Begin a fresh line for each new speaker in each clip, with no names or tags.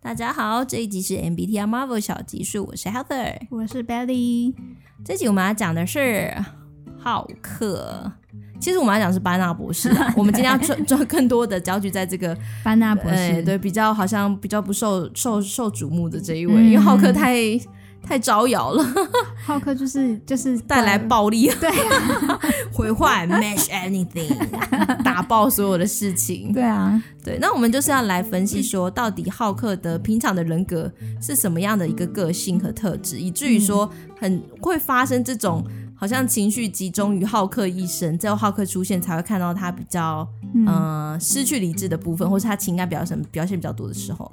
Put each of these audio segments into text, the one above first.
大家好，这一集是 MBTI Marvel 小集数，我是 Heather。
我是 Belly，
这集我们要讲的是浩克。其实我们要讲的是巴纳博士 啊、我们今天要专专更多的焦聚在这个
班纳博
哎
士，
对比较好像比较不受受受瞩目的这一位，
嗯
因为浩克太太招摇 了，
浩克就是就是
带来暴力、
对
毁坏、mash anything，打 爆所有的事情。
对啊，
对，那我们就是要来分析说，到底浩克的平常的人格是什么样的一个个性和特质，以至于说很会发生这种好像情绪集中于浩克一身，只有浩克出现才会看到他比较
嗯
嗯、呃失去理智的部分，或是他情感表现表现比较多的时候。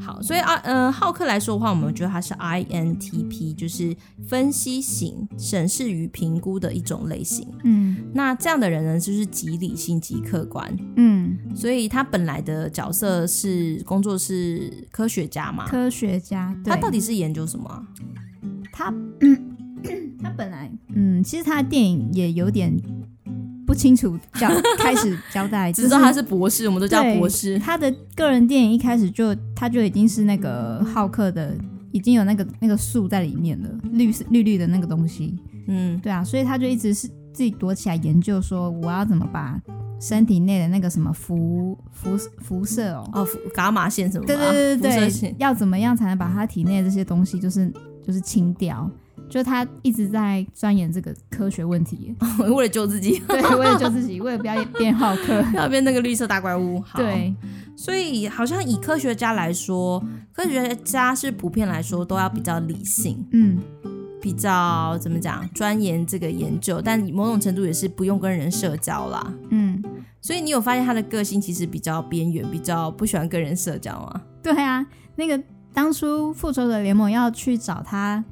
好，所以啊，呃，浩克来说的话，我们觉得他是 INTP，就是分析型、审视与评估的一种类型。
嗯
那这样的人呢，就是极理性、极客观，
嗯，
所以他本来的角色是工作是科学家嘛？
科学家，对
他到底是研究什么啊、
他 他本来嗯，其实他的电影也有点不清楚交开始交 代，
只知道他是博士，我们都
就
叫
对
博士。
他的个人电影一开始就他就已经是那个浩克的。已经有那个那个树在里面了，绿色绿绿的那个东西，
嗯，
对啊，所以他就一直是自己躲起来研究，说我要怎么把身体内的那个什么辐辐辐射哦，
哦，伽马线什么的
对
啊、
对对
辐射
对对
线，
要怎么样才能把他体内的这些东西就是就是清掉？就他一直在钻研这个科学问题 耶，
为了救自己，
对，为了救自己，为了不要变好客，
要变那个绿色大怪物。好，
对，
所以好像以科学家来说，科学家是普遍来说都要比较理性，
嗯，
比较怎么讲，钻研这个研究，但某种程度也是不用跟人社交啦。
嗯，
所以你有发现他的个性其实比较边缘，比较不喜欢跟人社交吗？
对啊，那个当初复仇者联盟要去找他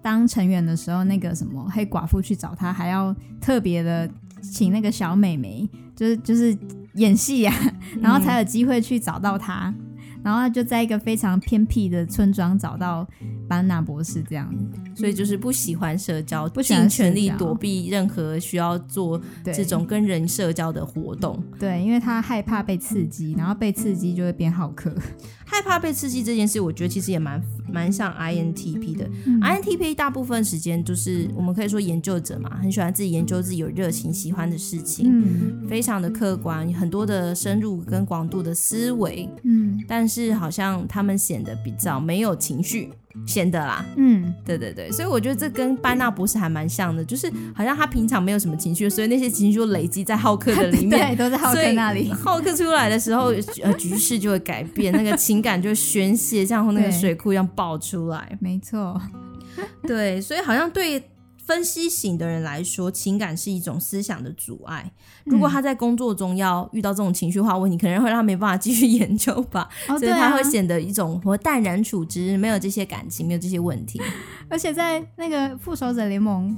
当成员的时候，那个什么黑寡妇去找他，还要特别的请那个小美眉，就是就是演戏呀、
嗯
然后才有机会去找到他。然后他就在一个非常偏僻的村庄找到班纳博士，这样子
所以就是不喜欢社交，
嗯不喜
尽
欢社
全力
交
躲避任何需要做
对
这种跟人社交的活动，
对，因为他害怕被刺激，然后被刺激就会变好客。
害怕被刺激这件事，我觉得其实也蛮蛮像 INTP 的。INTP
嗯
大部分时间就是我们可以说研究者嘛，很喜欢自己研究自己有热情喜欢的事情，
嗯
非常的客观，很多的深入跟广度的思维，
嗯
但是好像他们显得比较没有情绪，显得啦，
嗯，
对对对，所以我觉得这跟班纳博士还蛮像的，就是好像他平常没有什么情绪，所以那些情绪就累积在浩克的里 面。
对，都在浩
所以
克那里。
浩克出来的时候，呃，局势就会改变，那个情感就会宣泄，像那个
对
水库一样爆出来。
没错，
对，所以好像对分析型的人来说，情感是一种思想的阻碍。如果他在工作中要遇到这种情绪化问题，可能会让他没办法继续 研究吧，所
哦，
以
对
他
啊
会显得一种我淡然处之，没有这些感情，没有这些问题。，
而且在那个复仇者联盟，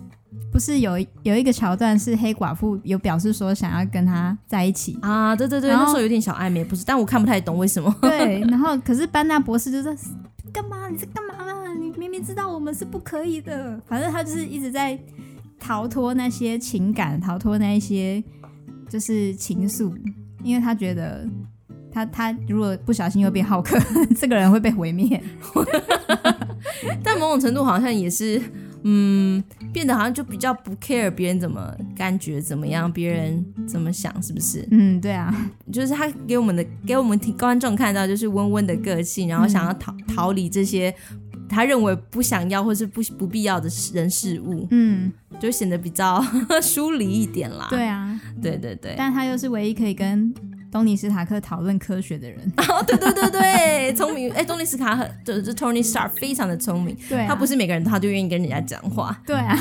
不是有有一个桥段是黑寡妇有表示说想要跟他在一起
啊，对对对，
然
那
后
时候有点小暧昧，不是？但我看不太懂为什么。
对，然后可是班纳博士就说干嘛？你在干嘛啦？你明明知道我们是不可以的，反正他就是一直在逃脱那些情感，逃脱那一些就是情愫，因为他觉得。他他如果不小心又变浩克， 这个人会被毁灭。嗯
但某种程度好像也是，嗯，变得好像就比较不 care 别人怎么感觉怎么样，别人怎么想，是不是？
嗯，对啊，
就是他给我们的，给我们听观众看到就是温温的个性，然后想
嗯
要逃逃离这些他认为不想要或是不不必要的人事物，
嗯，
就显得比较 疏离一点啦。
对啊，
对对对，
但他又是唯一可以跟东尼史塔克讨论科学 的人。
哦对对对对，聪明哎，东尼斯卡很就是 Tony Stark 非常的聪明，
对、啊
他不是每个人他就愿意跟人家讲话，
对啊，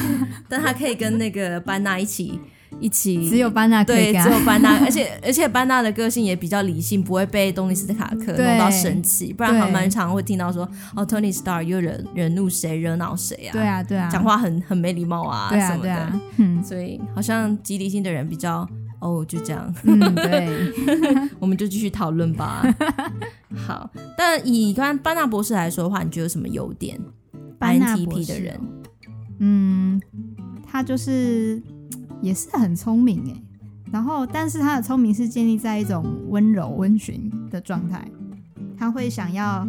但他可以跟那个班纳一起一起，
只有班纳可以
对，
跟
只
他。
有班纳，而且而且班纳的个性也比较理性，不会被东尼斯卡克
对
弄到生气，不然
对
还蛮常会听到说哦，Tony Star 又惹惹怒谁，惹恼谁啊，
对啊，对啊，
讲话很很没礼貌啊
对
什
啊，
么
对
的，
啊，嗯
所以好像极理性的人比较哦就这样，
嗯， 对，
我们就继续讨论 吧。好，但以刚班纳博士来说的话，你觉得有什么优点
班纳博
INTP
士哦
的人，
嗯，他就是也是很聪明欸哎，然后但是他的聪明是建立在一种温柔温驯的状态，他会想要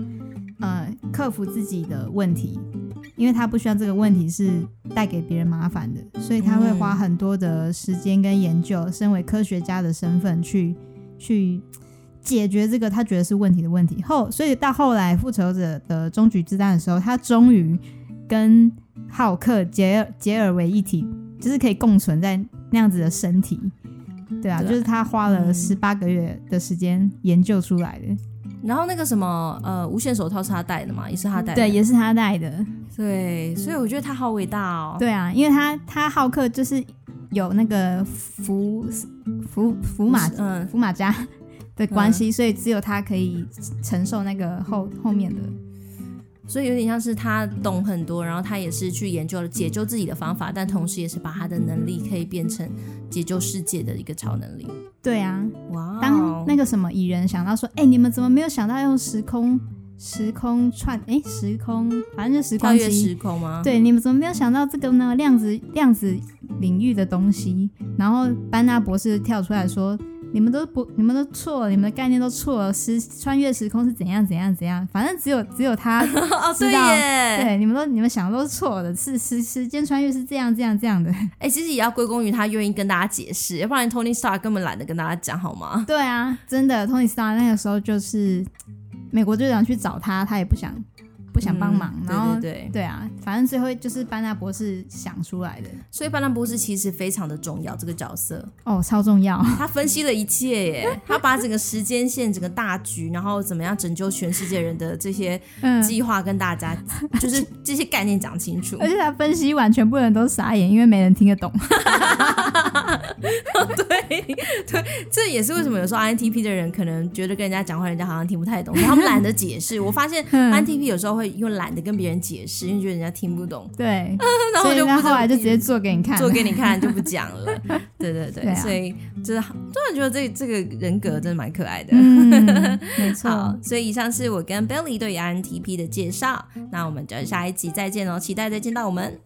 呃克服自己的问题，因为他不希望这个问题是带给别人麻烦的，所以他会花
嗯
很多的时间跟研究，身为科学家的身份去去解决这个他觉得是问题的问题。后，所以到后来复仇者的终局之战的时候，他终于跟浩克结尔结尔为一体，就是可以共存在那样子的身体。对啊，
对啊
就是他花了
嗯
十八个月的时间研究出来的，
然后那个什么呃无限手套是他戴的嘛，也是他戴的，
对，也是他带的。
对，所以我觉得他好伟大哦。
对啊，因为他他浩克就是有那个福福福马
嗯，
福 马加的关系，所以只有他可以承受那个后后面的。
所以有点像是他懂很多，然后他也是去研究了解救自己的方法，但同时也是把他的能力可以变成解救世界的一个超能力。
对啊，
哇、哦，
当那个什么蚁人想到说，哎、你们怎么没有想到用时空时空串？哎、时空反正就时
跳
光
跃
机。
时空吗？，
对，你们怎么没有想到这个呢？量子量子领域的东西，然后班纳博士跳出来说：“你们都不，你们都错了，你们的概念都错了，时穿越时空是怎样怎样怎样，反正只有只有 他
哦，对
知道
耶，
对，你啊们都你们想的都是错的，是时时间穿越是这样这样这样的。
哎、其实也要归功于他愿意跟大家解释，要不然 Tony Stark 根本懒得跟大家讲，好吗？
对啊，真的，Tony Stark 那个时候就是美国队长去找他，他也不想不想帮忙，
嗯
然后
对对对，
对啊，反正最后就是班纳博士想出来的，
所以班兰博士其实非常的重要，这个角色，
哦，超重要，
他分析了一切耶，他把整个时间线、整个大局，然后怎么样拯救全世界人的这些
嗯。
计划跟大 家，就是这些概念讲清楚。
而且他分析完，全部人都傻眼，因为没人听得懂。
对对，这也是为什么有时候 INTP 的人可能觉得跟人家讲话，人家好像听不太懂，所以他们懒得解释。我发 现
嗯
INTP 有时候会又懒得跟别人解释，因为觉得人家听不 懂，
对，
然后
所以
就
他
不
后来就直接做给你看。
做给你看，就不讲了。对对对，
对啊
所以就是突然觉得这这个人格真的蛮可 爱的。
嗯，没
好
错，，
所以以上是我跟 Billy 对于 INTP 的介绍，那我们就下一集再见哦，期待再见到我们，